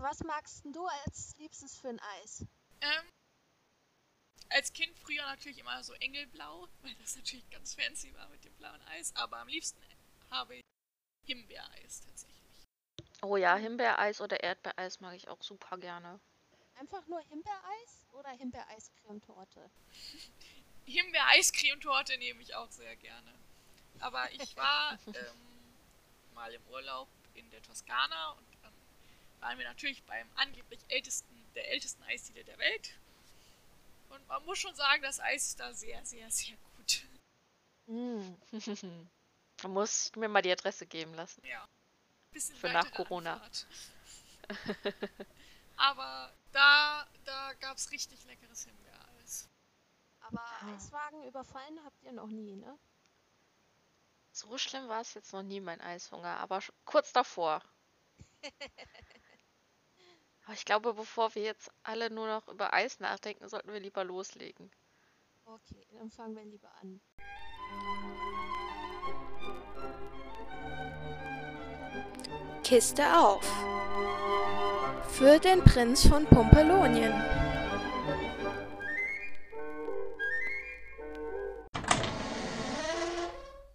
was magst denn du als liebstes für ein Eis? Ähm, als Kind früher natürlich immer so Engelblau, weil das natürlich ganz fancy war mit dem blauen Eis. Aber am liebsten habe ich Himbeereis tatsächlich. Oh ja, Himbeereis oder Erdbeereis mag ich auch super gerne. Einfach nur Himbeereis oder Himbeereiscremetorte? Himbeer-Eiscreme-Torte nehme ich auch sehr gerne. Aber ich war ähm, mal im Urlaub in der Toskana und dann waren wir natürlich beim angeblich ältesten, der ältesten Eisdiele der Welt. Und man muss schon sagen, das Eis ist da sehr, sehr, sehr gut. Mm. Du musst mir mal die Adresse geben lassen. Ja. Bisschen Für weitere nach Corona. Anfahrt. Aber da, da gab es richtig leckeres Himbeereis. Aber Ah. Eiswagen überfallen habt ihr noch nie, ne? So schlimm war es jetzt noch nie, mein Eishunger, aber sch- kurz davor. aber ich glaube, bevor wir jetzt alle nur noch über Eis nachdenken, sollten wir lieber loslegen. Okay, dann fangen wir lieber an. Kiste auf. Für den Prinz von Pompelonien.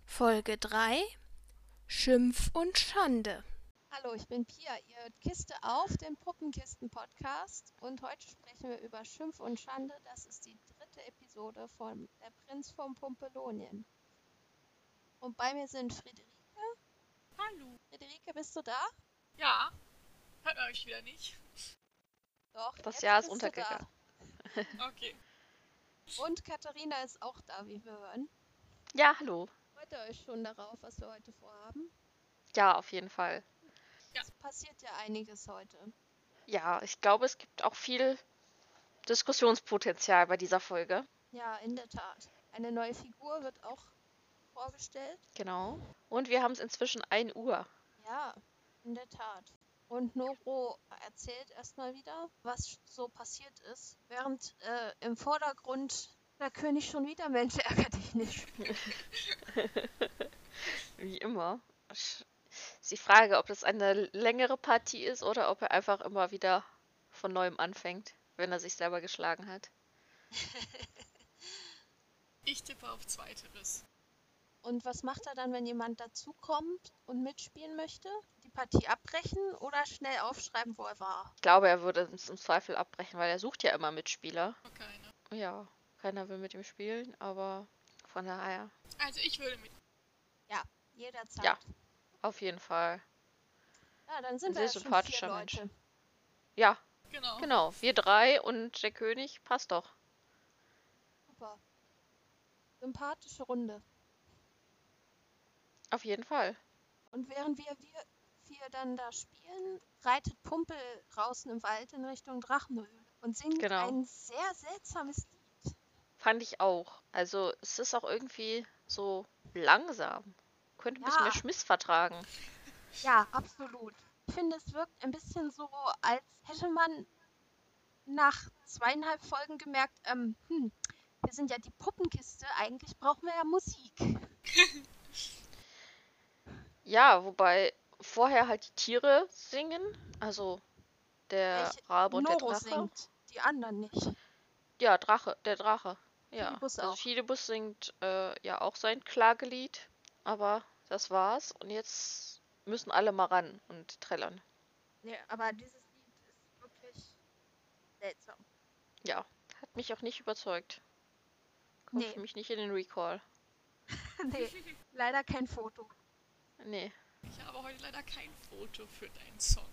Folge 3 Schimpf und Schande. Hallo, ich bin Pia, ihr hört Kiste auf, den Puppenkisten-Podcast. Und heute sprechen wir über Schimpf und Schande. Das ist die dritte Episode von Der Prinz von Pompelonien. Und bei mir sind Friederike. Hallo. Friederike, bist du da? Ja, hört man mich wieder nicht. Doch. Das jetzt Jahr ist bist du da. untergegangen. Okay. Und Katharina ist auch da, wie wir hören. Ja, hallo. Freut ihr euch schon darauf, was wir heute vorhaben? Ja, auf jeden Fall. Ja. Es passiert ja einiges heute. Ja, ich glaube, es gibt auch viel Diskussionspotenzial bei dieser Folge. Ja, in der Tat. Eine neue Figur wird auch vorgestellt. Genau. Und wir haben es inzwischen 1 Uhr. Ja, in der Tat. Und Noro erzählt erstmal wieder, was so passiert ist, während äh, im Vordergrund der König schon wieder Mensch ärgert dich nicht. Wie immer. Sch- Ist die Frage, ob das eine längere Partie ist oder ob er einfach immer wieder von neuem anfängt, wenn er sich selber geschlagen hat. Ich tippe auf Zweiteres. Und was macht er dann, wenn jemand dazukommt und mitspielen möchte? Die Partie abbrechen oder schnell aufschreiben, wo er war? Ich glaube, er würde es im Zweifel abbrechen, weil er sucht ja immer Mitspieler. Noch keine. Ja, keiner will mit ihm spielen, aber von daher Also ich würde mit. Jederzeit. Ja. auf jeden Fall. Ja, dann sind Sehr wir ja schon sympathischer vier Mensch. Leute. Ja, Genau. genau. Wir drei und der König passt doch. Super. Sympathische Runde. Auf jeden Fall. Und während wir, wir vier dann da spielen, reitet Pumpel draußen im Wald in Richtung Drachenhöhle und singt Genau. ein sehr seltsames Lied. Fand ich auch. Also es ist auch irgendwie so langsam. Könnte ein bisschen Ja. mehr Schmiss vertragen. Ja, absolut. Ich finde, es wirkt ein bisschen so, als hätte man nach zweieinhalb Folgen gemerkt, ähm, hm, wir sind ja die Puppenkiste, eigentlich brauchen wir ja Musik. Ja, wobei vorher halt die Tiere singen. Also der Welche- Rabe und Noro der Drache. singt, die anderen nicht. Ja, Drache, der Drache. Ja. Fidibus also auch. Fidibus singt äh, ja auch sein Klagelied. Aber das war's. Und jetzt müssen alle mal ran und trällern. Nee, aber dieses Lied ist wirklich seltsam. Ja. Hat mich auch nicht überzeugt. Kommt Nee. für mich nicht in den Recall. nee, leider kein Foto. Nee. Ich habe heute leider kein Foto für deinen Song.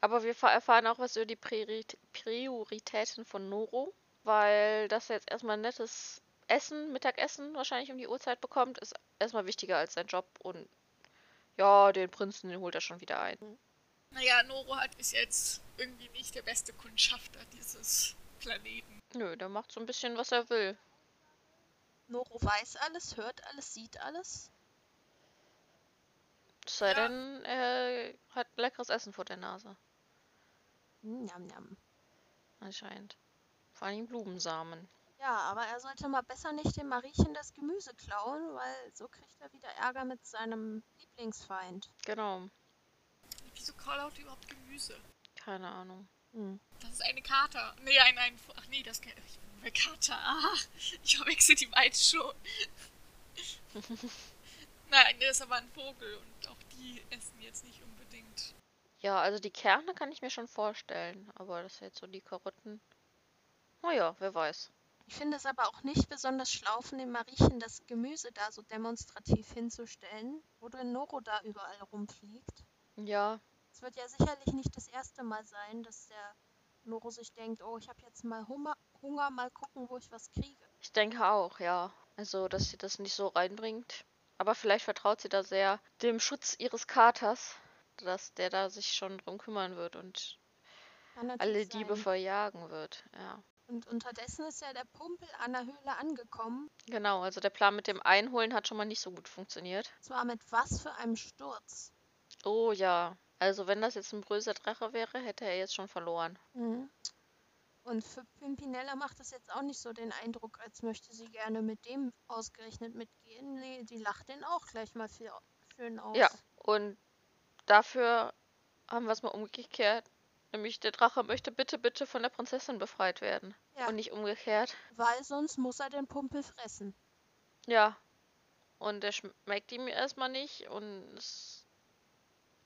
Aber wir ver- erfahren auch was über die Priorit- Prioritäten von Noro, weil dass er jetzt erstmal ein nettes Essen, Mittagessen wahrscheinlich um die Uhrzeit bekommt, ist erstmal wichtiger als sein Job und ja, den Prinzen, den holt er schon wieder ein. Naja, Noro hat ist jetzt irgendwie nicht der beste Kundschafter dieses Planeten. Nö, der macht so ein bisschen, was er will. Noro weiß alles, hört alles, sieht alles. Es sei Ja. denn, er hat leckeres Essen vor der Nase, Hm, Njam, njam. anscheinend. Vor allem Blumensamen. Ja, aber er sollte mal besser nicht dem Mariechen das Gemüse klauen, weil so kriegt er wieder Ärger mit seinem Lieblingsfeind. Genau. wieso Callout überhaupt Gemüse? Keine Ahnung. Hm. Das ist eine Kater. Nee, ein, ein. Ach nee, das kann. Ich bin bei Kater. Ah, ich verwechsel die beiden schon. Nein, das ist aber ein Vogel und auch die essen jetzt nicht unbedingt. Ja, also die Kerne kann ich mir schon vorstellen, aber das ist jetzt so die Karotten. Naja, wer weiß. Ich finde es aber auch nicht besonders schlau von dem Mariechen, das Gemüse da so demonstrativ hinzustellen, wo denn Noro da überall rumfliegt. Ja, Es wird ja sicherlich nicht das erste Mal sein, dass der Noro sich denkt, oh, ich habe jetzt mal Hunger, Hunger, mal gucken, wo ich was kriege. ich denke auch, ja. Also, dass sie das nicht so reinbringt. Aber vielleicht vertraut sie da sehr dem Schutz ihres Katers, dass der da sich schon drum kümmern wird und Kann natürlich alle Diebe sein. verjagen wird. Ja. Und unterdessen ist ja der Pumpel an der Höhle angekommen. Genau, also der Plan mit dem Einholen hat schon mal nicht so gut funktioniert. Zwar mit was für einem Sturz. Oh ja. Also wenn das jetzt ein böser Drache wäre, hätte er jetzt schon verloren. Und für Pimpinella macht das jetzt auch nicht so den Eindruck, als möchte sie gerne mit dem ausgerechnet mitgehen. Nee, die lacht den auch gleich mal viel, schön aus. Ja. Und dafür haben wir es mal umgekehrt. Nämlich der Drache möchte bitte, bitte von der Prinzessin befreit werden. Ja. Und nicht umgekehrt. Weil sonst muss er den Pumpel fressen. Ja. Und der schmeckt ihm erstmal nicht. Und es...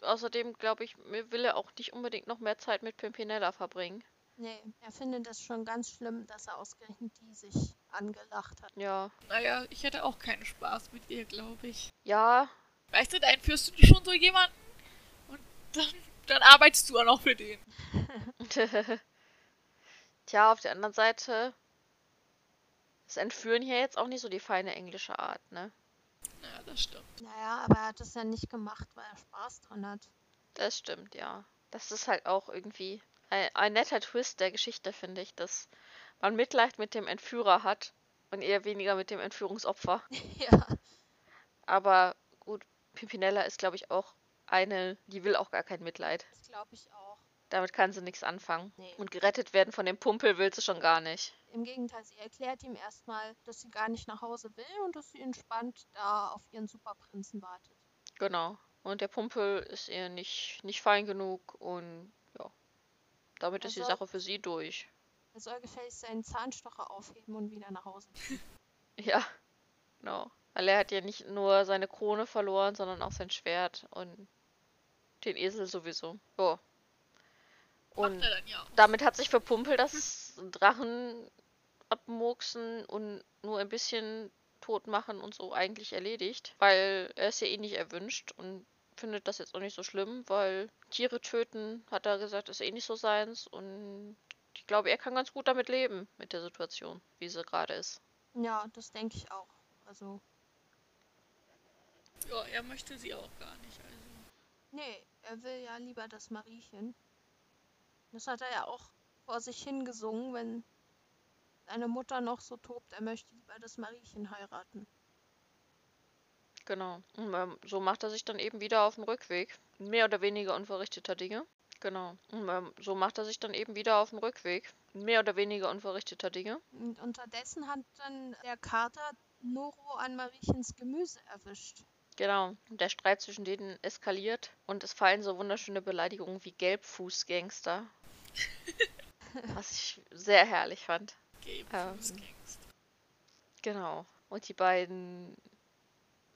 außerdem, glaube ich, mir will er auch nicht unbedingt noch mehr Zeit mit Pimpinella verbringen. Nee, er findet das schon ganz schlimm, dass er ausgerechnet die sich angelacht hat. Ja. Naja, ich hätte auch keinen Spaß mit ihr, glaube ich. Ja, Weißt du, dann führst du schon so jemanden und dann, dann arbeitest du auch noch für den. Tja, auf der anderen Seite ist Entführen hier jetzt auch nicht so die feine englische Art, ne? Ja, das stimmt. Naja, aber er hat es ja nicht gemacht, weil er Spaß dran hat. Das stimmt, ja. Das ist halt auch irgendwie ein, ein netter Twist der Geschichte, finde ich, dass man Mitleid mit dem Entführer hat und eher weniger mit dem Entführungsopfer. ja. Aber gut, Pimpinella ist, glaube ich, auch eine, die will auch gar kein Mitleid. Das glaube ich auch. Damit kann sie nichts anfangen. Nee. Und gerettet werden von dem Pumpel will sie schon gar nicht. Im Gegenteil, sie erklärt ihm erstmal, dass sie gar nicht nach Hause will und dass sie entspannt da auf ihren Superprinzen wartet. Genau. Und der Pumpel ist ihr nicht, nicht fein genug und ja. Damit ist die Also- Sache für sie durch. Er soll gefälligst seinen Zahnstocher aufheben und wieder nach Hause. gehen. Ja, genau. Weil er hat ja nicht nur seine Krone verloren, sondern auch sein Schwert und den Esel sowieso. Ja. Und Macht er dann ja auch. damit hat sich für Pumpel das Drachen abmurksen und nur ein bisschen tot machen und so eigentlich erledigt, weil er es ja eh nicht erwünscht und findet das jetzt auch nicht so schlimm, weil Tiere töten, hat er gesagt, ist eh nicht so seins und ich glaube, er kann ganz gut damit leben, mit der Situation, wie sie gerade ist. ja, das denke ich auch. Also, Ja, er möchte sie auch gar nicht. Also. nee, er will ja lieber das Mariechen. Das hat er ja auch vor sich hingesungen, wenn seine Mutter noch so tobt, er möchte lieber das Mariechen heiraten. Genau. Und ähm, so macht er sich dann eben wieder auf den Rückweg. Mehr oder weniger unverrichteter Dinge. Genau. Und ähm, so macht er sich dann eben wieder auf den Rückweg. Mehr oder weniger unverrichteter Dinge. Und unterdessen hat dann der Kater Noro an Mariechens Gemüse erwischt. Genau. Und der Streit zwischen denen eskaliert und es fallen so wunderschöne Beleidigungen wie Gelbfußgangster. was ich sehr herrlich fand. Game Ja. Fuß Gangster. Genau. Und die beiden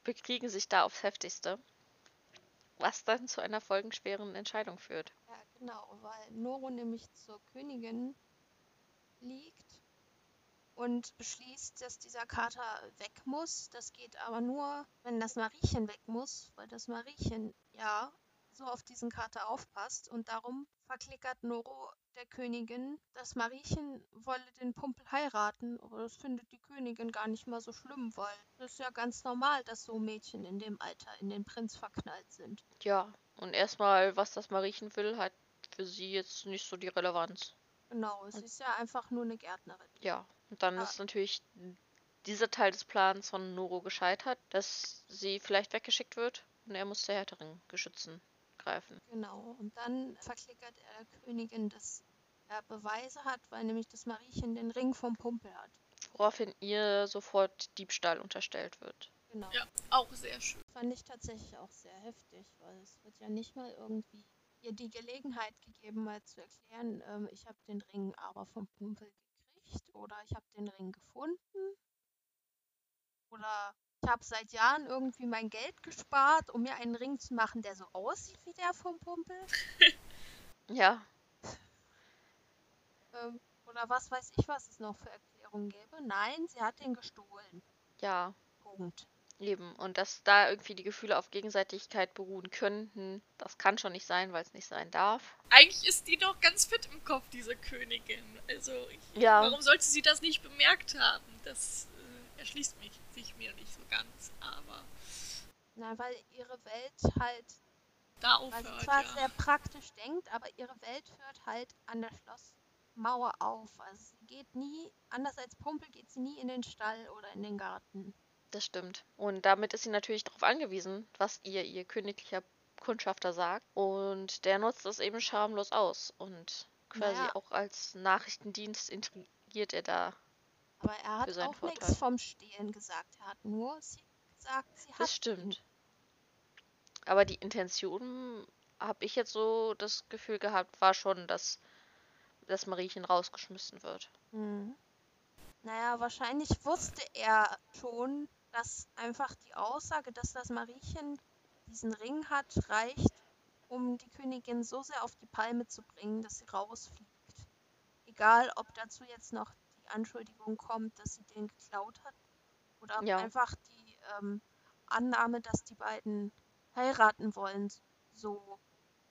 bekriegen sich da aufs Heftigste. Was dann zu einer folgenschweren Entscheidung führt. Ja, genau, weil Noro nämlich zur Königin liegt und beschließt, dass dieser Kater weg muss. Das geht aber nur, wenn das Mariechen weg muss, weil das Mariechen ja so auf diesen Kater aufpasst und darum verklickert Noro der Königin, das Mariechen wolle den Pumpel heiraten, aber das findet die Königin gar nicht mal so schlimm, weil es ist ja ganz normal, dass so Mädchen in dem Alter in den Prinz verknallt sind. Ja, und erstmal, was das Mariechen will, hat für sie jetzt nicht so die Relevanz. Genau, es ist ja einfach nur eine Gärtnerin. Ja, und dann Ah. ist natürlich dieser Teil des Plans von Noro gescheitert, dass sie vielleicht weggeschickt wird und er muss der härteren Geschützen greifen. Genau. Und dann verklickert er der Königin, dass er Beweise hat, weil nämlich das Mariechen den Ring vom Pumpel hat. Woraufhin ihr sofort Diebstahl unterstellt wird. Genau. Ja, auch sehr schön. Fand ich tatsächlich auch sehr heftig, weil es wird ja nicht mal irgendwie ihr die Gelegenheit gegeben, mal zu erklären, ähm, ich habe den Ring aber vom Pumpel gekriegt oder ich habe den Ring gefunden oder ich habe seit Jahren irgendwie mein Geld gespart, um mir einen Ring zu machen, der so aussieht wie der vom Pumpel Ja. ähm, oder was weiß ich, was es noch für Erklärungen gäbe. Nein, sie hat den gestohlen. Ja. Punkt. Eben. Und dass da irgendwie die Gefühle auf Gegenseitigkeit beruhen könnten, das kann schon nicht sein, weil es nicht sein darf. Eigentlich ist die doch ganz fit im Kopf, diese Königin. Also, ich, Ja. warum sollte sie das nicht bemerkt haben? Das äh, erschließt mich, sich mir nicht so ganz, aber Na, weil ihre Welt halt da Weil sie aufhört, zwar ja. sehr praktisch denkt, aber ihre Welt hört halt an der Schlossmauer auf. Also sie geht nie, anders als Pumpel, geht sie nie in den Stall oder in den Garten. Das stimmt. Und damit ist sie natürlich darauf angewiesen, was ihr ihr königlicher Kundschafter sagt. Und der nutzt das eben schamlos aus. Und quasi Naja. auch als Nachrichtendienst intrigiert er da. Aber er Für hat seinen auch nichts Vorteil. vom Stehlen gesagt. Er hat nur sie gesagt, sie hat. Das stimmt. Aber die Intention, habe ich jetzt so das Gefühl gehabt, war schon, dass, dass Mariechen rausgeschmissen wird. Hm. Naja, wahrscheinlich wusste er schon, dass einfach die Aussage, dass das Mariechen diesen Ring hat, reicht, um die Königin so sehr auf die Palme zu bringen, dass sie rausfliegt. Egal, ob dazu jetzt noch die Anschuldigung kommt, dass sie den geklaut hat, oder ob Ja. einfach die ähm, Annahme, dass die beiden heiraten wollen, so,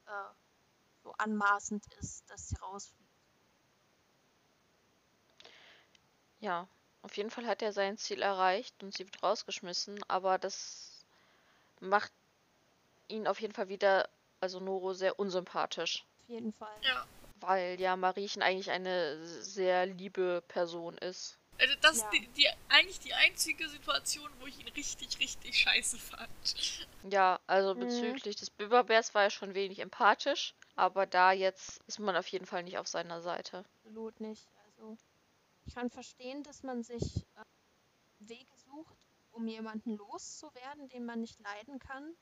äh, so anmaßend ist, dass sie rausfliegt. Ja, auf jeden Fall hat er sein Ziel erreicht und sie wird rausgeschmissen, aber das macht ihn auf jeden Fall wieder, also Noro, sehr unsympathisch. Auf jeden Fall. ja. Weil ja Mariechen eigentlich eine sehr liebe Person ist. Also das ist Ja. die, die, eigentlich die einzige Situation, wo ich ihn richtig, richtig scheiße fand. Ja, also Mhm. bezüglich des Biberbärs war er schon wenig empathisch, aber da jetzt ist man auf jeden Fall nicht auf seiner Seite. Absolut nicht. Also ich kann verstehen, dass man sich äh, Wege sucht, um jemanden loszuwerden, den man nicht leiden kann.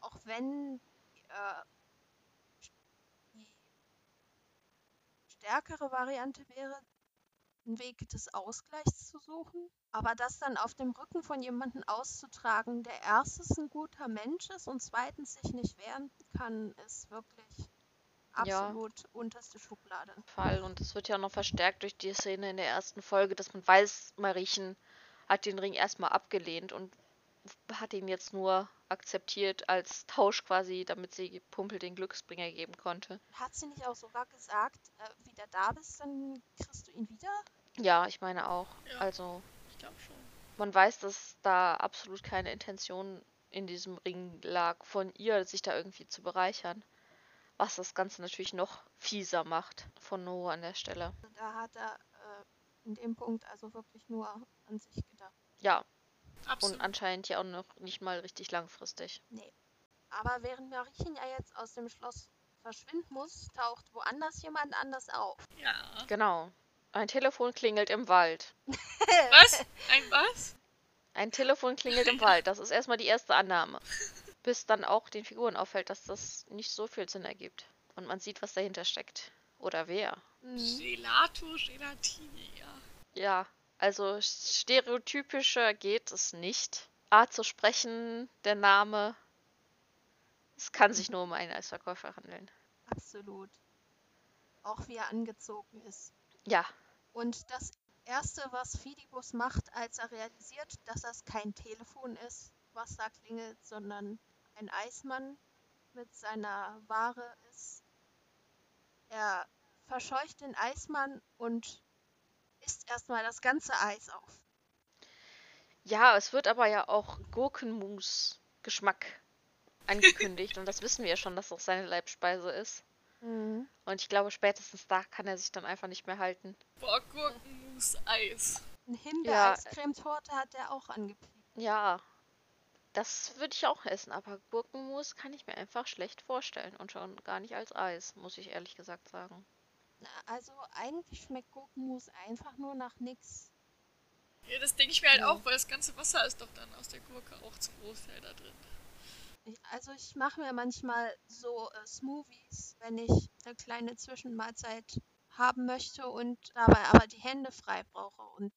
Auch wenn äh, die stärkere Variante wäre, einen Weg des Ausgleichs zu suchen. Aber das dann auf dem Rücken von jemandem auszutragen, der erstens ein guter Mensch ist und zweitens sich nicht wehren kann, ist wirklich Ja. absolut unterste Schublade. Fall und es wird ja noch verstärkt durch die Szene in der ersten Folge, dass man weiß, Mariechen hat den Ring erstmal abgelehnt und hat ihn jetzt nur akzeptiert als Tausch quasi, damit sie Pumpel den Glücksbringer geben konnte. Hat sie nicht auch sogar gesagt, äh, wieder da bist, dann kriegst du ihn wieder? Ja, ich meine auch. Ja. Also Ich glaube schon. man weiß, dass da absolut keine Intention in diesem Ring lag von ihr, sich da irgendwie zu bereichern. Was das Ganze natürlich noch fieser macht von Noah an der Stelle. Also Da hat er äh, in dem Punkt also wirklich nur an sich gedacht. Ja, Absolut. und anscheinend ja auch noch nicht mal richtig langfristig. Aber während Mariechen ja jetzt aus dem Schloss verschwinden muss, taucht woanders jemand anders auf. ja. Genau. Ein Telefon klingelt im Wald. Was? Ein was? Ein Telefon klingelt im Wald. Das ist erstmal die erste Annahme. Bis dann auch den Figuren auffällt, dass das nicht so viel Sinn ergibt. Und man sieht, was dahinter steckt. Oder wer. Mhm. Gelato Gelatini, ja. Ja, also stereotypischer geht es nicht. Art zu sprechen, der Name. Es kann sich nur um einen Eisverkäufer handeln. Absolut. Auch wie er angezogen ist. Ja, Und das Erste, was Fidibus macht, als er realisiert, dass das kein Telefon ist, was da klingelt, sondern ein Eismann mit seiner Ware ist, er verscheucht den Eismann und isst erstmal das ganze Eis auf. Ja, es wird aber ja auch Gurkenmus-Geschmack angekündigt und das wissen wir ja schon, dass das seine Leibspeise ist. Und ich glaube, spätestens da kann er sich dann einfach nicht mehr halten. Boah, Gurkenmus Eis. Ein Ja, Himbeereiscremetorte hat er auch angepickt. Ja, das würde ich auch essen, aber Gurkenmus kann ich mir einfach schlecht vorstellen und schon gar nicht als Eis, muss ich ehrlich gesagt sagen. Na, Also eigentlich schmeckt Gurkenmus einfach nur nach nix. Ja, das denke ich mir halt Ja. auch, weil das ganze Wasser ist doch dann aus der Gurke auch zum Großteil da drin. Ich, also ich mache mir manchmal so äh, Smoothies, wenn ich eine kleine Zwischenmahlzeit haben möchte und dabei aber die Hände frei brauche. Und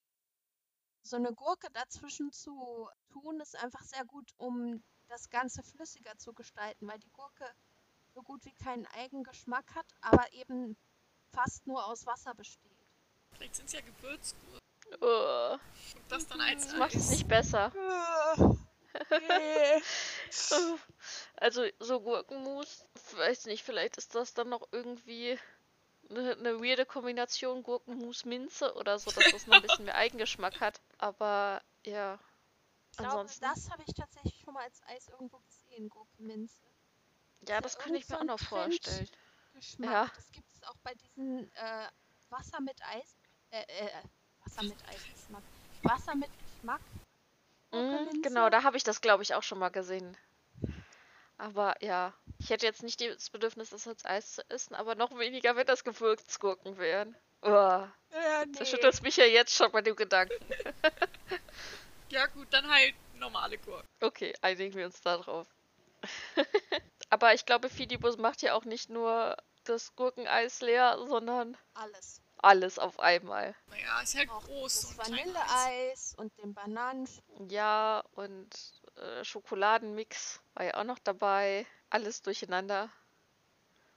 so eine Gurke dazwischen zu tun, ist einfach sehr gut, um das Ganze flüssiger zu gestalten, weil die Gurke so gut wie keinen eigenen Geschmack hat, aber eben fast nur aus Wasser besteht. Vielleicht sind es ja Gewürzgurken. Uh, Und das dann als das macht es nicht besser. Nee. Uh, Also so Gurkenmus, weiß nicht, vielleicht ist das dann noch irgendwie eine, eine weirde Kombination Gurkenmus Minze oder so, dass das noch ein bisschen mehr Eigengeschmack hat. Aber ja, Ich glaube, Ansonsten- das habe ich tatsächlich schon mal als Eis irgendwo gesehen, Gurkenminze. ja, ja das könnte ich mir auch irgend noch so ein Trend. vorstellen. Geschmack. Ja. Das gibt es auch bei diesen äh, Wasser mit Eis. Äh, äh, Wasser mit Eis Geschmack. Wasser mit Geschmack. Mm, Gurkenminze. genau, da habe ich das glaube ich auch schon mal gesehen. Aber ja, ich hätte jetzt nicht das Bedürfnis, das als Eis zu essen, aber noch weniger, wenn das Gewürzgurken wären. Uah, Äh, du nee. schüttelst mich ja jetzt schon bei dem Gedanken. Ja gut, dann halt normale Gurken. Okay, einigen wir uns da drauf. Aber ich glaube, Fidibus macht ja auch nicht nur das Gurkeneis leer, sondern Alles. alles auf einmal. Naja, ist halt Auch groß das und klein. Vanilleeis und den Bananen. Ja, und äh, Schokoladenmix war ja auch noch dabei. Alles durcheinander.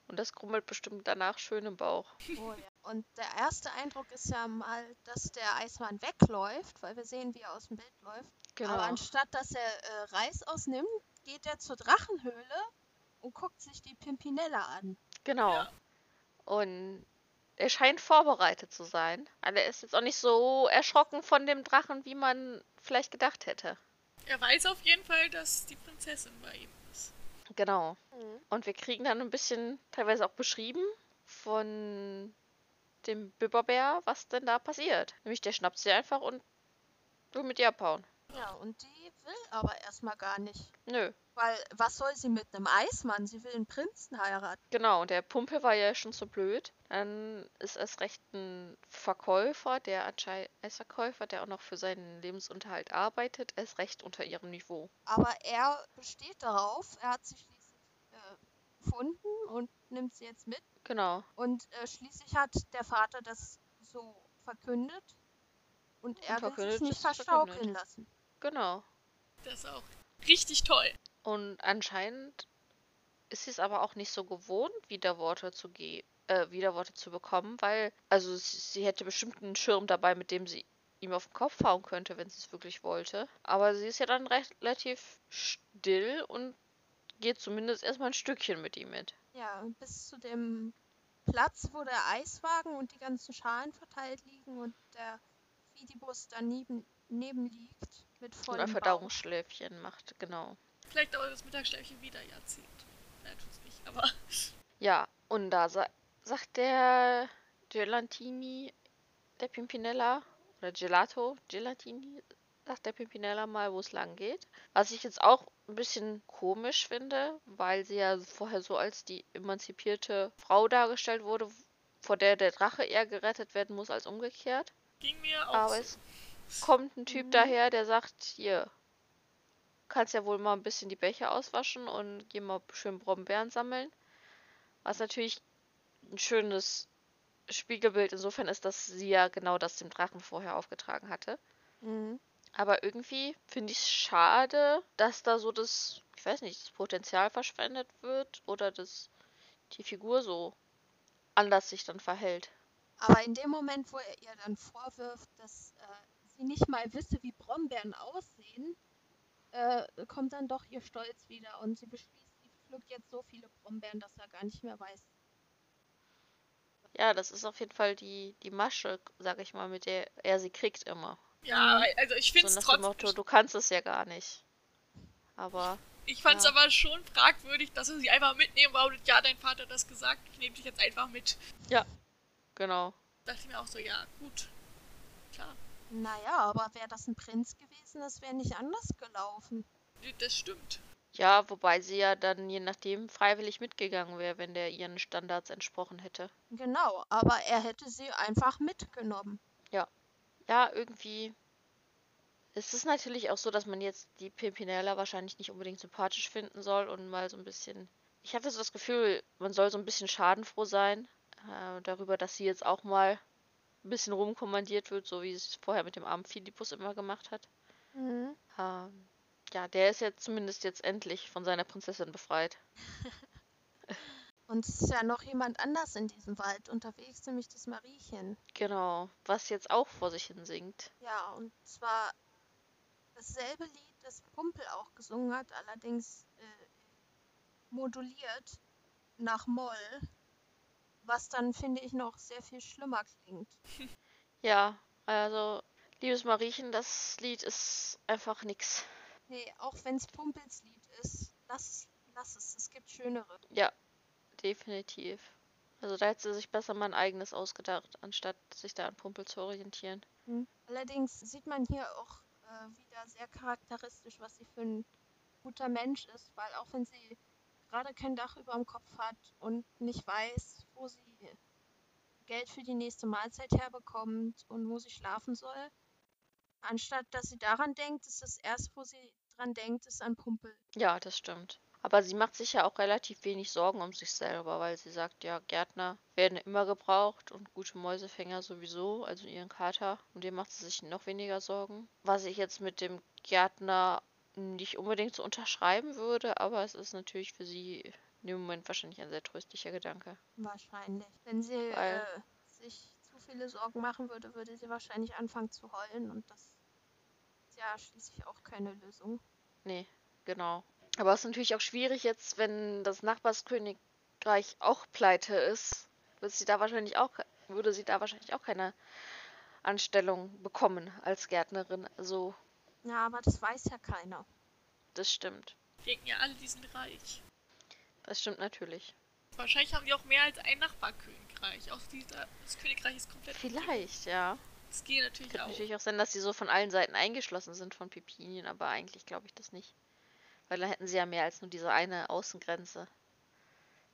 Und das grummelt bestimmt danach schön im Bauch. Oh, ja. Und der erste Eindruck ist ja mal, dass der Eismann wegläuft, weil wir sehen, wie er aus dem Bild läuft. Genau. Aber anstatt, dass er äh, Reis ausnimmt, geht er zur Drachenhöhle und guckt sich die Pimpinella an. Genau. Und er scheint vorbereitet zu sein. Aber er ist jetzt auch nicht so erschrocken von dem Drachen, wie man vielleicht gedacht hätte. Er weiß auf jeden Fall, dass die Prinzessin bei ihm ist. Genau. Und wir kriegen dann ein bisschen teilweise auch beschrieben von dem Biberbär, was denn da passiert. Nämlich der schnappt sie einfach und will mit ihr abhauen. Ja, und die will aber erstmal gar nicht. Nö, Weil was soll sie mit einem Eismann? Sie will einen Prinzen heiraten. genau. Und der Pumpe war ja schon so blöd. Dann ist erst recht ein Verkäufer, der anscheinend als Verkäufer, der auch noch für seinen Lebensunterhalt arbeitet, erst recht unter ihrem Niveau. Aber er besteht darauf, er hat sie schließlich äh, gefunden und nimmt sie jetzt mit. Genau. Und äh, schließlich hat der Vater das so verkündet. Und er will verkündet sich nicht ist verkündet. verstaukeln lassen. Genau. Das ist auch richtig toll. Und anscheinend ist sie es aber auch nicht so gewohnt, Widerworte zu ge äh, Widerworte zu bekommen, weil, also sie, sie hätte bestimmt einen Schirm dabei, mit dem sie ihm auf den Kopf hauen könnte, wenn sie es wirklich wollte. Aber sie ist ja dann recht, relativ still und geht zumindest erstmal ein Stückchen mit ihm mit. Ja, und bis zu dem Platz, wo der Eiswagen und die ganzen Schalen verteilt liegen und der Fidibus daneben neben liegt mit Und ein vollem Bauch. Verdauungsschläfchen macht, genau. Vielleicht dauert das Mittagsschläfchen wieder ein Jahrzehnt. Nein, tut's nicht, aber Ja, und da sa sagt der Gelatini, der Pimpinella, oder Gelato, Gelatini, sagt der Pimpinella mal, wo es lang geht. Was ich jetzt auch ein bisschen komisch finde, weil sie ja vorher so als die emanzipierte Frau dargestellt wurde, vor der der Drache eher gerettet werden muss als umgekehrt. ging mir auch Aber so. es kommt ein Typ daher, der sagt, hier, kannst ja wohl mal ein bisschen die Bäche auswaschen und geh mal schön Brombeeren sammeln. Was natürlich ein schönes Spiegelbild insofern ist, dass sie ja genau das dem Drachen vorher aufgetragen hatte. Mhm. Aber irgendwie finde ich es schade, dass da so das, ich weiß nicht, das Potenzial verschwendet wird oder dass die Figur so anders sich dann verhält. Aber in dem Moment, wo er ihr dann vorwirft, dass äh, sie nicht mal wisse, wie Brombeeren aussehen, äh, kommt dann doch ihr Stolz wieder und sie beschließt, sie pflückt jetzt so viele Brombeeren, dass er gar nicht mehr weiß. Ja, das ist auf jeden Fall die, die Masche, sag ich mal, mit der er sie kriegt immer. Ja, also ich So find's nach trotzdem. dem Motto, du kannst es ja gar nicht. Aber Ich fand's Ja. aber schon fragwürdig, dass er sie einfach mitnehmen wollte. Ja, dein Vater hat das gesagt, ich nehme dich jetzt einfach mit. genau. Dachte ich mir auch so, ja, gut. Klar, Naja, aber wäre das ein Prinz gewesen, das wäre nicht anders gelaufen. das stimmt. Ja, wobei sie ja dann je nachdem freiwillig mitgegangen wäre, wenn der ihren Standards entsprochen hätte. Genau, aber er hätte sie einfach mitgenommen. Ja, irgendwie Es ist natürlich auch so, dass man jetzt die Pimpinella wahrscheinlich nicht unbedingt sympathisch finden soll und mal so ein bisschen. Ich hatte so das Gefühl, man soll so ein bisschen schadenfroh sein äh, darüber, dass sie jetzt auch mal ein bisschen rumkommandiert wird, so wie sie es vorher mit dem armen Philippus immer gemacht hat. Mhm. Ähm, ja, der ist jetzt zumindest jetzt endlich von seiner Prinzessin befreit. Und es ist ja noch jemand anders in diesem Wald unterwegs, nämlich das Mariechen. Genau, was jetzt auch vor sich hin singt. Ja, und zwar dasselbe Lied, das Pumpel auch gesungen hat, allerdings äh, moduliert nach Moll, was dann, finde ich, noch sehr viel schlimmer klingt. Ja, also, liebes Mariechen, das Lied ist einfach nix. Nee, auch wenn es Pumpels Lied ist, lass, lass es, es gibt schönere. Ja, definitiv. Also da hätte sie sich besser mal ein eigenes ausgedacht, anstatt sich da an Pumpel zu orientieren. Mhm. Allerdings sieht man hier auch äh, wieder sehr charakteristisch, was sie für ein guter Mensch ist, weil auch wenn sie gerade kein Dach über dem Kopf hat und nicht weiß, wo sie Geld für die nächste Mahlzeit herbekommt und wo sie schlafen soll, anstatt dass sie daran denkt, ist das erste, wo sie dran denkt, ist an Pumpel. Ja, das stimmt. Aber sie macht sich ja auch relativ wenig Sorgen um sich selber, weil sie sagt, ja, Gärtner werden immer gebraucht und gute Mäusefänger sowieso, also ihren Kater. Und dem macht sie sich noch weniger Sorgen. Was ich jetzt mit dem Gärtner nicht unbedingt so unterschreiben würde, aber es ist natürlich für sie in dem Moment wahrscheinlich ein sehr tröstlicher Gedanke. Wahrscheinlich. Wenn sie Weil- äh, sich zu viele Sorgen machen würde, würde sie wahrscheinlich anfangen zu heulen und das ist ja schließlich auch keine Lösung. Nee, genau. Aber es ist natürlich auch schwierig jetzt, wenn das Nachbarskönigreich auch pleite ist, wird sie da wahrscheinlich auch, ke- würde sie da wahrscheinlich auch keine Anstellung bekommen als Gärtnerin. Also, Ja, aber das weiß ja keiner. das stimmt. Denken ja alle, die sind reich. Das stimmt natürlich. Wahrscheinlich haben die auch mehr als ein Nachbarkönigreich. Auch dieser, das Königreich ist komplett. Vielleicht, ja. Das geht natürlich Könnte auch. natürlich auch sein, dass sie so von allen Seiten eingeschlossen sind von Pipinien, aber eigentlich glaube ich das nicht. Weil dann hätten sie ja mehr als nur diese eine Außengrenze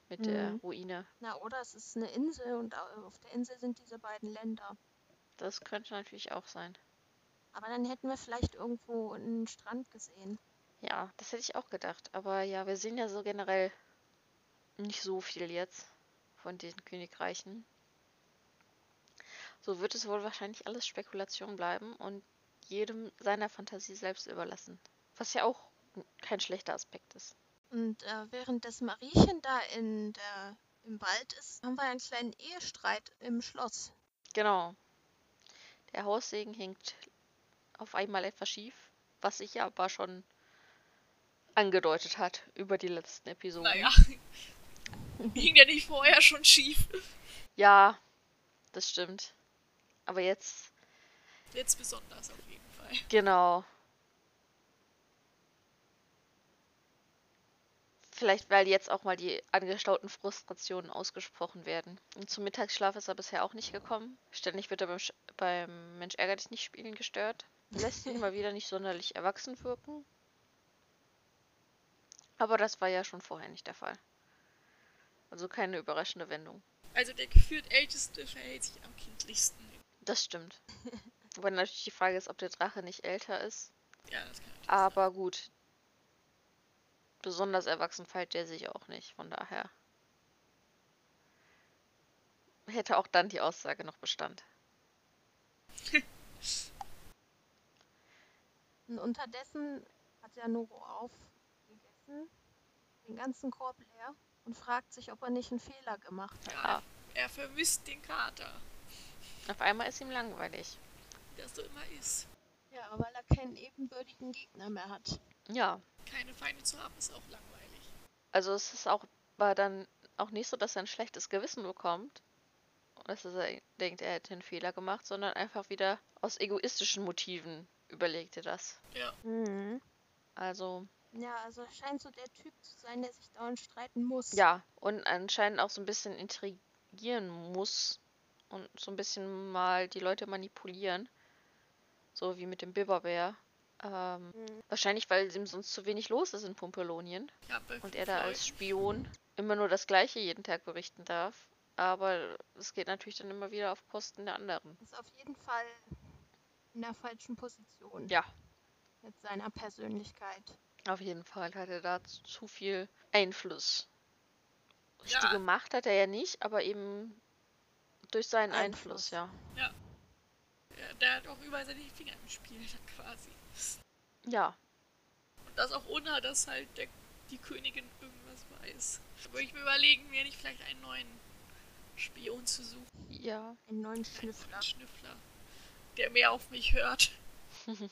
mit der Mhm. Ruine. Na, oder es ist eine Insel und au- auf der Insel sind diese beiden Länder. Das könnte natürlich auch sein. Aber dann hätten wir vielleicht irgendwo einen Strand gesehen. Ja, das hätte ich auch gedacht. Aber ja, wir sehen ja so generell nicht so viel jetzt von den Königreichen. So wird es wohl wahrscheinlich alles Spekulation bleiben und jedem seiner Fantasie selbst überlassen. Was ja auch kein schlechter Aspekt ist. Und äh, während das Mariechen da in der, im Wald ist, haben wir einen kleinen Ehestreit im Schloss. Genau. Der Haussegen hinkt auf einmal etwas schief, was sich ja aber schon angedeutet hat über die letzten Episoden. Naja. Hing der nicht vorher schon schief? Ja, das stimmt. Aber jetzt Jetzt besonders auf jeden Fall. Genau. Vielleicht, weil jetzt auch mal die angestauten Frustrationen ausgesprochen werden. Und zum Mittagsschlaf ist er bisher auch nicht gekommen. Ständig wird er beim, Sch beim Mensch ärger dich nicht spielen gestört. Lässt ihn mal wieder nicht sonderlich erwachsen wirken. Aber das war ja schon vorher nicht der Fall. Also keine überraschende Wendung. Also der gefühlt Älteste verhält sich am kindlichsten. Das stimmt. Wobei natürlich die Frage ist, ob der Drache nicht älter ist. Ja, das kann natürlich sein. Aber gut. Besonders erwachsen fällt der sich auch nicht, von daher. Hätte auch dann die Aussage noch Bestand. Und unterdessen hat ja Noro aufgegessen, den ganzen Korb leer und fragt sich, ob er nicht einen Fehler gemacht hat. Ja, er vermisst den Kater, Ah, Auf einmal ist ihm langweilig. wie das so immer ist. Ja, weil er keinen ebenbürtigen Gegner mehr hat. Ja, Keine Feinde zu haben, ist auch langweilig. also es ist auch aber dann auch nicht so, dass er ein schlechtes Gewissen bekommt. Und dass er denkt, er hätte einen Fehler gemacht, sondern einfach wieder aus egoistischen Motiven überlegt er das. Also Ja, also er scheint so der Typ zu sein, der sich dauernd streiten muss. Ja, und anscheinend auch so ein bisschen intrigieren muss und so ein bisschen mal die Leute manipulieren. So wie mit dem Biberbär. Ähm, Wahrscheinlich, weil ihm sonst zu wenig los ist in Pumpelonien Ja, bei und er da Freunden. als Spion immer nur das Gleiche jeden Tag berichten darf. Aber es geht natürlich dann immer wieder auf Kosten der anderen. Ist auf jeden Fall in der falschen Position. Ja, mit seiner Persönlichkeit. Auf jeden Fall hat er da zu- zu viel Einfluss. Richtige Ja. Macht hat er ja nicht, aber eben durch seinen Einfluss, Einfluss. ja. Der, der hat auch überall seine Finger im Spiel dann quasi. Ja, Und das auch ohne, dass halt der, die Königin irgendwas weiß. Da würde ich mir überlegen, mir nicht vielleicht einen neuen Spion zu suchen. ja. Einen neuen Schnüffler. Schnüffler. Schnüffler. Der mehr auf mich hört.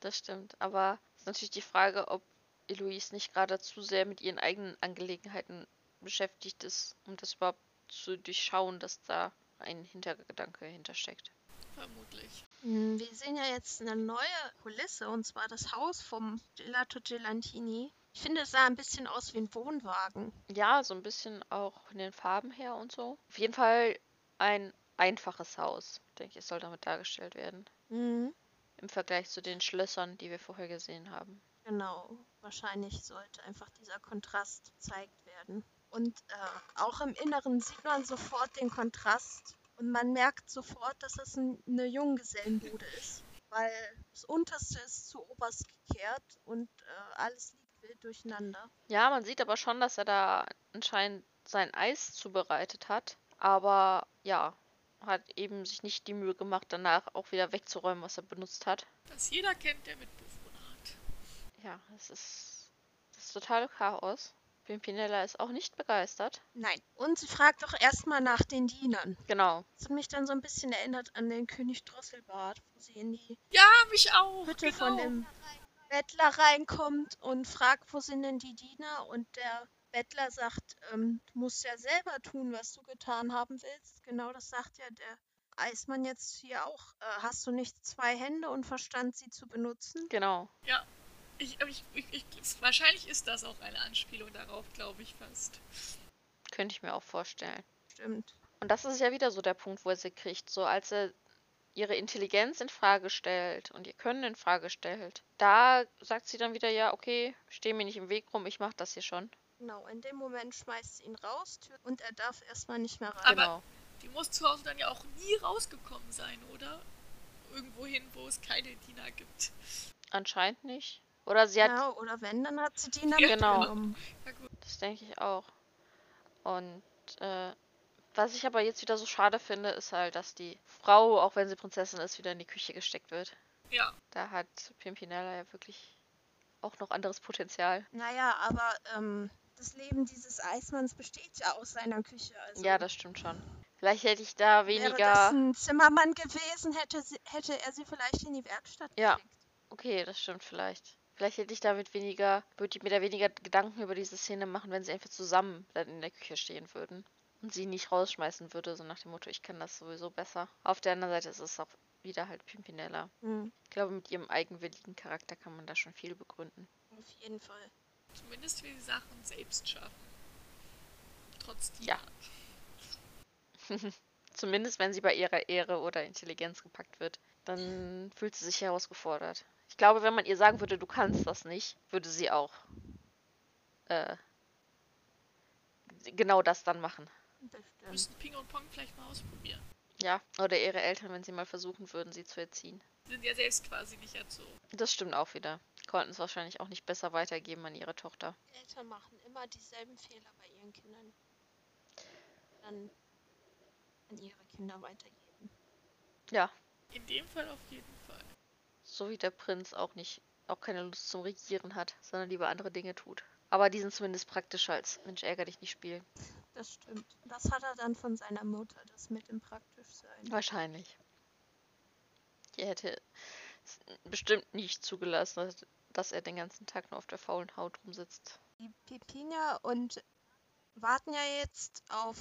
Das stimmt. Aber es ist natürlich die Frage, ob Eloise nicht gerade zu sehr mit ihren eigenen Angelegenheiten beschäftigt ist, um das überhaupt zu durchschauen, dass da ein Hintergedanke hintersteckt. Vermutlich. Hm, Wir sehen ja jetzt eine neue Kulisse und zwar das Haus vom Gelato Gelantini. Ich finde, es sah ein bisschen aus wie ein Wohnwagen. Ja, so ein bisschen auch von den Farben her und so. Auf jeden Fall ein einfaches Haus, denke ich, soll damit dargestellt werden. Mhm. Im Vergleich zu den Schlössern, die wir vorher gesehen haben. Genau, wahrscheinlich sollte einfach dieser Kontrast gezeigt werden. Und äh, auch im Inneren sieht man sofort den Kontrast und man merkt sofort, dass es ein, eine Junggesellenbude ist, weil das Unterste ist zu oberst gekehrt und äh, alles liegt wild durcheinander. Ja, man sieht aber schon, dass er da anscheinend sein Eis zubereitet hat. Aber ja, hat eben sich nicht die Mühe gemacht, danach auch wieder wegzuräumen, was er benutzt hat. Das jeder kennt, der Mitbewohner hat. Ja, es ist das ist totale Chaos. Pimpinella ist auch nicht begeistert. Nein. Und sie fragt doch erstmal nach den Dienern. Genau. Das hat mich dann so ein bisschen erinnert an den König Drosselbart, wo sie in die Ja, mich auch. Hütte genau. von dem Bettler reinkommt und fragt, wo sind denn die Diener? Und der Bettler sagt, ähm, du musst ja selber tun, was du getan haben willst. Genau das sagt ja der Eismann jetzt hier auch. Äh, hast du nicht zwei Hände und Verstand, sie zu benutzen? Genau. Ich, ich, ich, ich, wahrscheinlich ist das auch eine Anspielung darauf, glaube ich fast. Könnte ich mir auch vorstellen. Stimmt. Und das ist ja wieder so der Punkt, wo er sie kriegt. So als er ihre Intelligenz in Frage stellt und ihr Können in Frage stellt. Da sagt sie dann wieder, ja, okay, steh mir nicht im Weg rum, ich mach das hier schon. Genau, in dem Moment schmeißt sie ihn raus Tür, und er darf erstmal nicht mehr rein. Aber- Genau. Die muss zu Hause dann ja auch nie rausgekommen sein, oder? Irgendwohin, wo es keine Diener gibt. Anscheinend nicht. Oder sie hat, ja, Genau, oder wenn, dann hat sie Diener Ja, genau. mitgenommen. Na gut. das denke ich auch. Und äh, was ich aber jetzt wieder so schade finde, ist halt, dass die Frau, auch wenn sie Prinzessin ist, wieder in die Küche gesteckt wird. Ja, Da hat Pimpinella ja wirklich auch noch anderes Potenzial. Naja, aber ähm, das Leben dieses Eismanns besteht ja aus seiner Küche. Also Ja, das stimmt schon. Vielleicht hätte ich da Wäre das weniger. ein Zimmermann gewesen, hätte, sie, hätte er sie vielleicht in die Werkstatt Ja. geschickt. Okay, das stimmt vielleicht. Vielleicht hätte ich damit weniger, würde ich mir da weniger Gedanken über diese Szene machen, wenn sie einfach zusammen dann in der Küche stehen würden und sie nicht rausschmeißen würde, so nach dem Motto, ich kann das sowieso besser. Auf der anderen Seite ist es auch wieder halt Pimpinella. Hm, Ich glaube, mit ihrem eigenwilligen Charakter kann man da schon viel begründen. auf jeden Fall. zumindest will die Sachen selbst schaffen. Trotz Ja. Diener. Zumindest wenn sie bei ihrer Ehre oder Intelligenz gepackt wird, dann fühlt sie sich herausgefordert. Ich glaube, wenn man ihr sagen würde, du kannst das nicht, würde sie auch äh, genau das dann machen. Bestimmt. Müssen Ping und Pong vielleicht mal ausprobieren. Ja, oder ihre Eltern, wenn sie mal versuchen würden, sie zu erziehen. Die sind ja selbst quasi nicht erzogen. Das stimmt auch wieder. Konnten es wahrscheinlich auch nicht besser weitergeben an ihre Tochter. Eltern machen immer dieselben Fehler bei ihren Kindern. Dann an ihre Kinder weitergeben. Ja, In dem Fall auf jeden Fall. so wie der Prinz auch nicht, auch keine Lust zum Regieren hat, sondern lieber andere Dinge tut. Aber die sind zumindest praktischer als Mensch ärger dich nicht spielen. Das stimmt. Das hat er dann von seiner Mutter, das mit dem Praktischsein. Wahrscheinlich. Die hätte es bestimmt nicht zugelassen, dass- dass er den ganzen Tag nur auf der faulen Haut rumsitzt. Die Pepina und warten ja jetzt auf,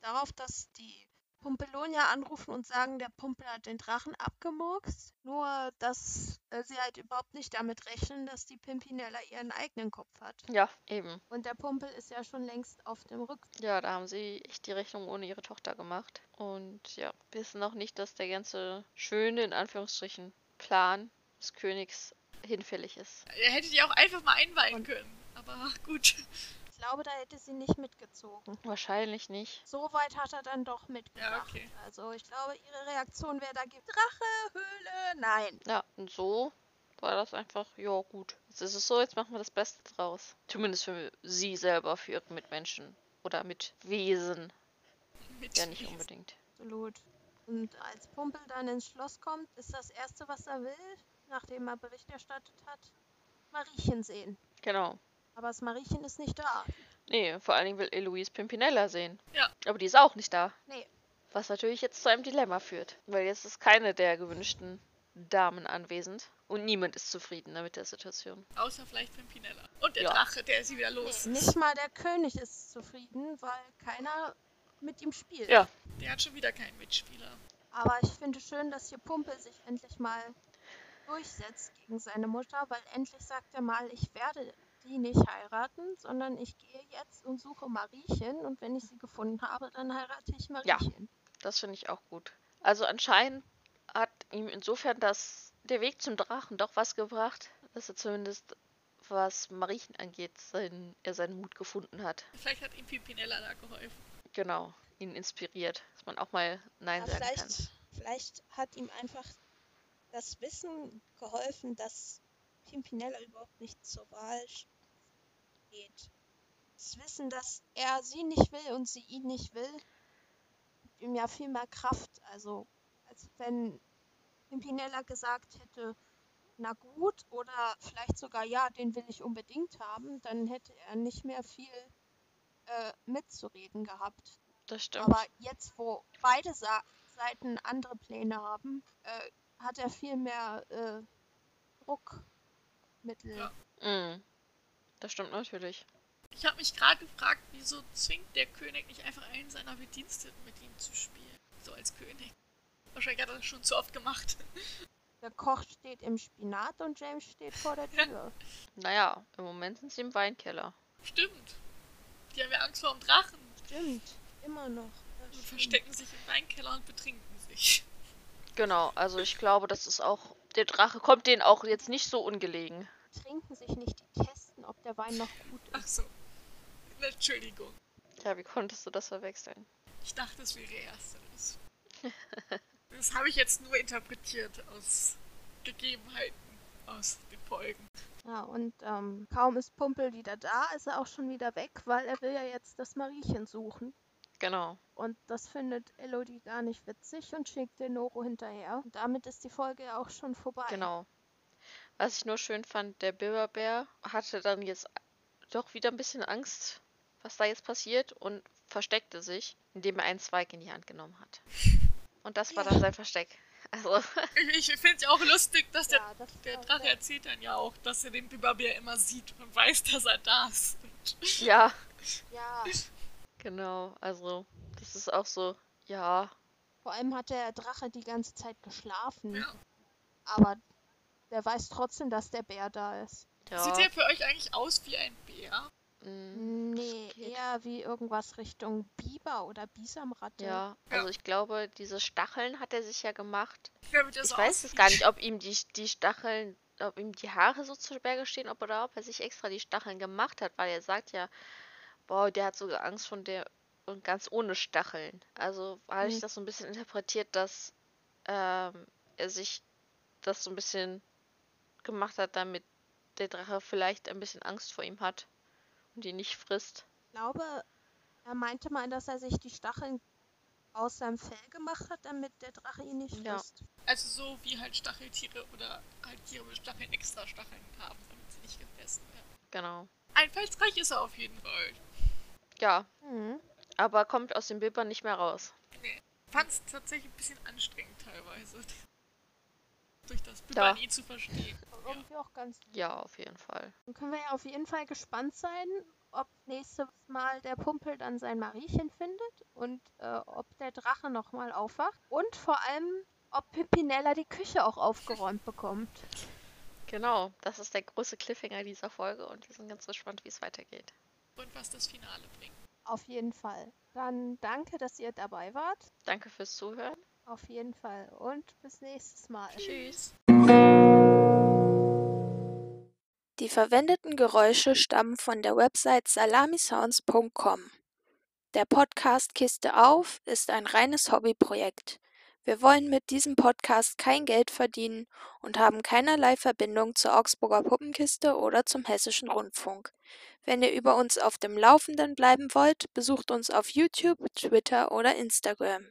darauf, dass die Pumpelonia anrufen und sagen, der Pumpel hat den Drachen abgemurkst. Nur, dass äh, sie halt überhaupt nicht damit rechnen, dass die Pimpinella ihren eigenen Kopf hat. Ja, eben. Und der Pumpel ist ja schon längst auf dem Rückweg. Ja, da haben sie echt die Rechnung ohne ihre Tochter gemacht. Und ja, wissen auch nicht, dass der ganze schöne, in Anführungsstrichen, Plan des Königs hinfällig ist. Er hätte die auch einfach mal einweihen können. Aber gut. Ich glaube, da hätte sie nicht mitgezogen. Wahrscheinlich nicht. So weit hat er dann doch mitgedacht. Ja, okay. Also ich glaube, ihre Reaktion wäre da gibt Drache, Höhle, nein. Ja, und so war das einfach, ja gut, jetzt ist es so, jetzt machen wir das Beste draus. Zumindest für sie selber, für ihre Mitmenschen oder Mitwesen. Mit Ja, nicht unbedingt. Absolut. Und als Pumpel dann ins Schloss kommt, ist das Erste, was er will, nachdem er Bericht erstattet hat, Mariechen sehen. Genau. Aber das Mariechen ist nicht da. Nee, vor allen Dingen will Eloise Pimpinella sehen. Ja. Aber die ist auch nicht da. Nee. Was natürlich jetzt zu einem Dilemma führt. Weil jetzt ist keine der gewünschten Damen anwesend. Und niemand ist zufrieden ne, mit der Situation. Außer vielleicht Pimpinella. Und der Ja. Drache, der ist sie wieder los. Nicht mal der König ist zufrieden, weil keiner mit ihm spielt. Ja. Der hat schon wieder keinen Mitspieler. Aber ich finde schön, dass hier Pumpel sich endlich mal durchsetzt gegen seine Mutter, weil endlich sagt er mal, ich werde die nicht heiraten, sondern ich gehe jetzt und suche Mariechen und wenn ich sie gefunden habe, dann heirate ich Mariechen. Das finde ich auch gut. Also anscheinend hat ihm insofern das, der Weg zum Drachen doch was gebracht, dass er zumindest, was Mariechen angeht, sein, er seinen Mut gefunden hat. Vielleicht hat ihm Pimpinella da geholfen. Genau, ihn inspiriert, dass man auch mal Nein Ja, sagen kann. vielleicht, vielleicht hat ihm einfach das Wissen geholfen, dass Pimpinella überhaupt nicht zur Wahl steht. Das Wissen, dass er sie nicht will und sie ihn nicht will, gibt ihm ja viel mehr Kraft. Also, als wenn Pimpinella gesagt hätte, na gut, oder vielleicht sogar, ja, den will ich unbedingt haben, dann hätte er nicht mehr viel äh, mitzureden gehabt. Das stimmt. Aber jetzt, wo beide Sa Seiten andere Pläne haben, äh, hat er viel mehr äh, Druckmittel. Ja. Mm. Das stimmt natürlich. Ich habe mich gerade gefragt, wieso zwingt der König nicht einfach einen seiner Bediensteten mit ihm zu spielen? So als König. Wahrscheinlich hat er das schon zu oft gemacht. Der Koch steht im Spinat und James steht vor der Tür. Naja, im Moment sind sie im Weinkeller. Stimmt. Die haben ja Angst vor dem Drachen Stimmt, immer noch. Ja, und stimmt. verstecken sich im Weinkeller und betrinken sich. Genau, also ich glaube, das ist auch. Der Drache kommt denen auch jetzt nicht so ungelegen. Trinken sich nicht, die testen, ob der Wein noch gut ist. Ach so. Entschuldigung. Ja, wie konntest du das verwechseln? Ich dachte, es wäre ersteres. das habe ich jetzt nur interpretiert aus Gegebenheiten, aus den Folgen. Ja, und ähm, kaum ist Pumpel wieder da, ist er auch schon wieder weg, weil er will ja jetzt das Mariechen suchen. Genau. Und das findet Elodie gar nicht witzig und schickt den Noro hinterher. Und damit ist die Folge ja auch schon vorbei. Genau. Was ich nur schön fand, der Biberbär hatte dann jetzt doch wieder ein bisschen Angst, was da jetzt passiert und versteckte sich, indem er einen Zweig in die Hand genommen hat. Und das war Ja. dann sein Versteck. Also, Ich, ich finde es ja auch lustig, dass der, Ja, das der war Drache sehr- erzählt dann ja auch, dass er den Biberbär immer sieht und weiß, dass er da ist. Und ja, Ja, genau. Also, das ist auch so, ja, vor allem hat der Drache die ganze Zeit geschlafen. Ja. Aber der weiß trotzdem, dass der Bär da ist. ja. Sieht er für euch eigentlich aus wie ein Bär? mm. Nee, geht. eher wie irgendwas Richtung Biber oder Bisamratte. Ja, Ja. also ich glaube, diese Stacheln hat er sich ja gemacht. Damit er Ich so weiß aussieht. es gar nicht, ob ihm die, die Stacheln, ob ihm die Haare so zu Berge stehen, ob oder ob er sich extra die Stacheln gemacht hat, weil er sagt ja, boah, der hat sogar Angst von der und ganz ohne Stacheln. Also habe ich Mhm. das so ein bisschen interpretiert, dass ähm, er sich das so ein bisschen gemacht hat, damit der Drache vielleicht ein bisschen Angst vor ihm hat und ihn nicht frisst. Ich glaube, er meinte mal, dass er sich die Stacheln aus seinem Fell gemacht hat, damit der Drache ihn nicht Ja. frisst. Also so wie halt Stacheltiere oder halt Tiere mit Stacheln extra Stacheln haben, damit sie nicht gefressen werden. Genau. Einfallsreich ist er auf jeden Fall. Ja, Mhm. aber kommt aus dem Bibber nicht mehr raus. fand es tatsächlich ein bisschen anstrengend teilweise. Durch das Da. Bibani zu verstehen. Aber irgendwie auch ganz. Ja, auf jeden Fall. Dann können wir ja auf jeden Fall gespannt sein, ob nächstes Mal der Pumpel dann sein Mariechen findet und äh, ob der Drache nochmal aufwacht. Und vor allem, ob Pimpinella die Küche auch aufgeräumt bekommt. Genau, das ist der große Cliffhanger dieser Folge und wir sind ganz gespannt, wie es weitergeht. Und was das Finale bringt. Auf jeden Fall. Dann danke, dass ihr dabei wart. Danke fürs Zuhören. Auf jeden Fall. Und bis nächstes Mal. Tschüss. Die verwendeten Geräusche stammen von der Website salamisounds.com. Der Podcast Kiste auf ist ein reines Hobbyprojekt. Wir wollen mit diesem Podcast kein Geld verdienen und haben keinerlei Verbindung zur Augsburger Puppenkiste oder zum Hessischen Rundfunk. Wenn ihr über uns auf dem Laufenden bleiben wollt, besucht uns auf YouTube, Twitter oder Instagram.